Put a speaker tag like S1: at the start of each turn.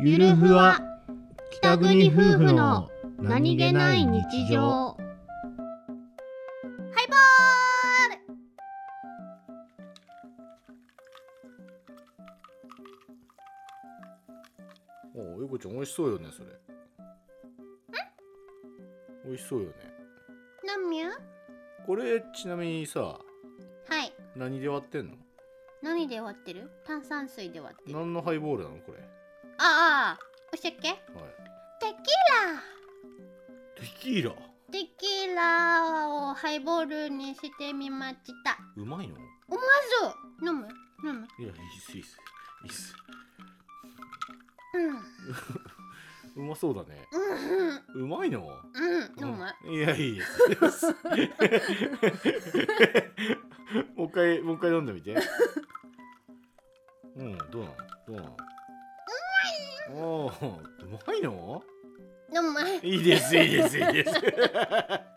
S1: ゆるふわ北国夫婦の何気ない日常
S2: ハイボール
S1: おうゆこちゃん美味しそうよねそれ美味しそうよね
S2: なんみゅ
S1: これちなみにさ
S2: はい
S1: 何で割ってんの
S2: 何で割ってる炭酸水で割ってる
S1: 何のハイボールなのこれ
S2: ああお酒テ
S1: はい
S2: キーラ
S1: テキーラ
S2: テキーラをハイボールにしてみました
S1: うまいの
S2: まず飲む飲む
S1: いやいいっすいいっすいいっす
S2: うん
S1: うまそうだね
S2: うん
S1: うまいの
S2: うん飲む
S1: うんいや いいですいいですもう一回もう一回飲んでみてうんどうなのどうなのおーうまいの
S2: 飲む
S1: いいですいいですいいです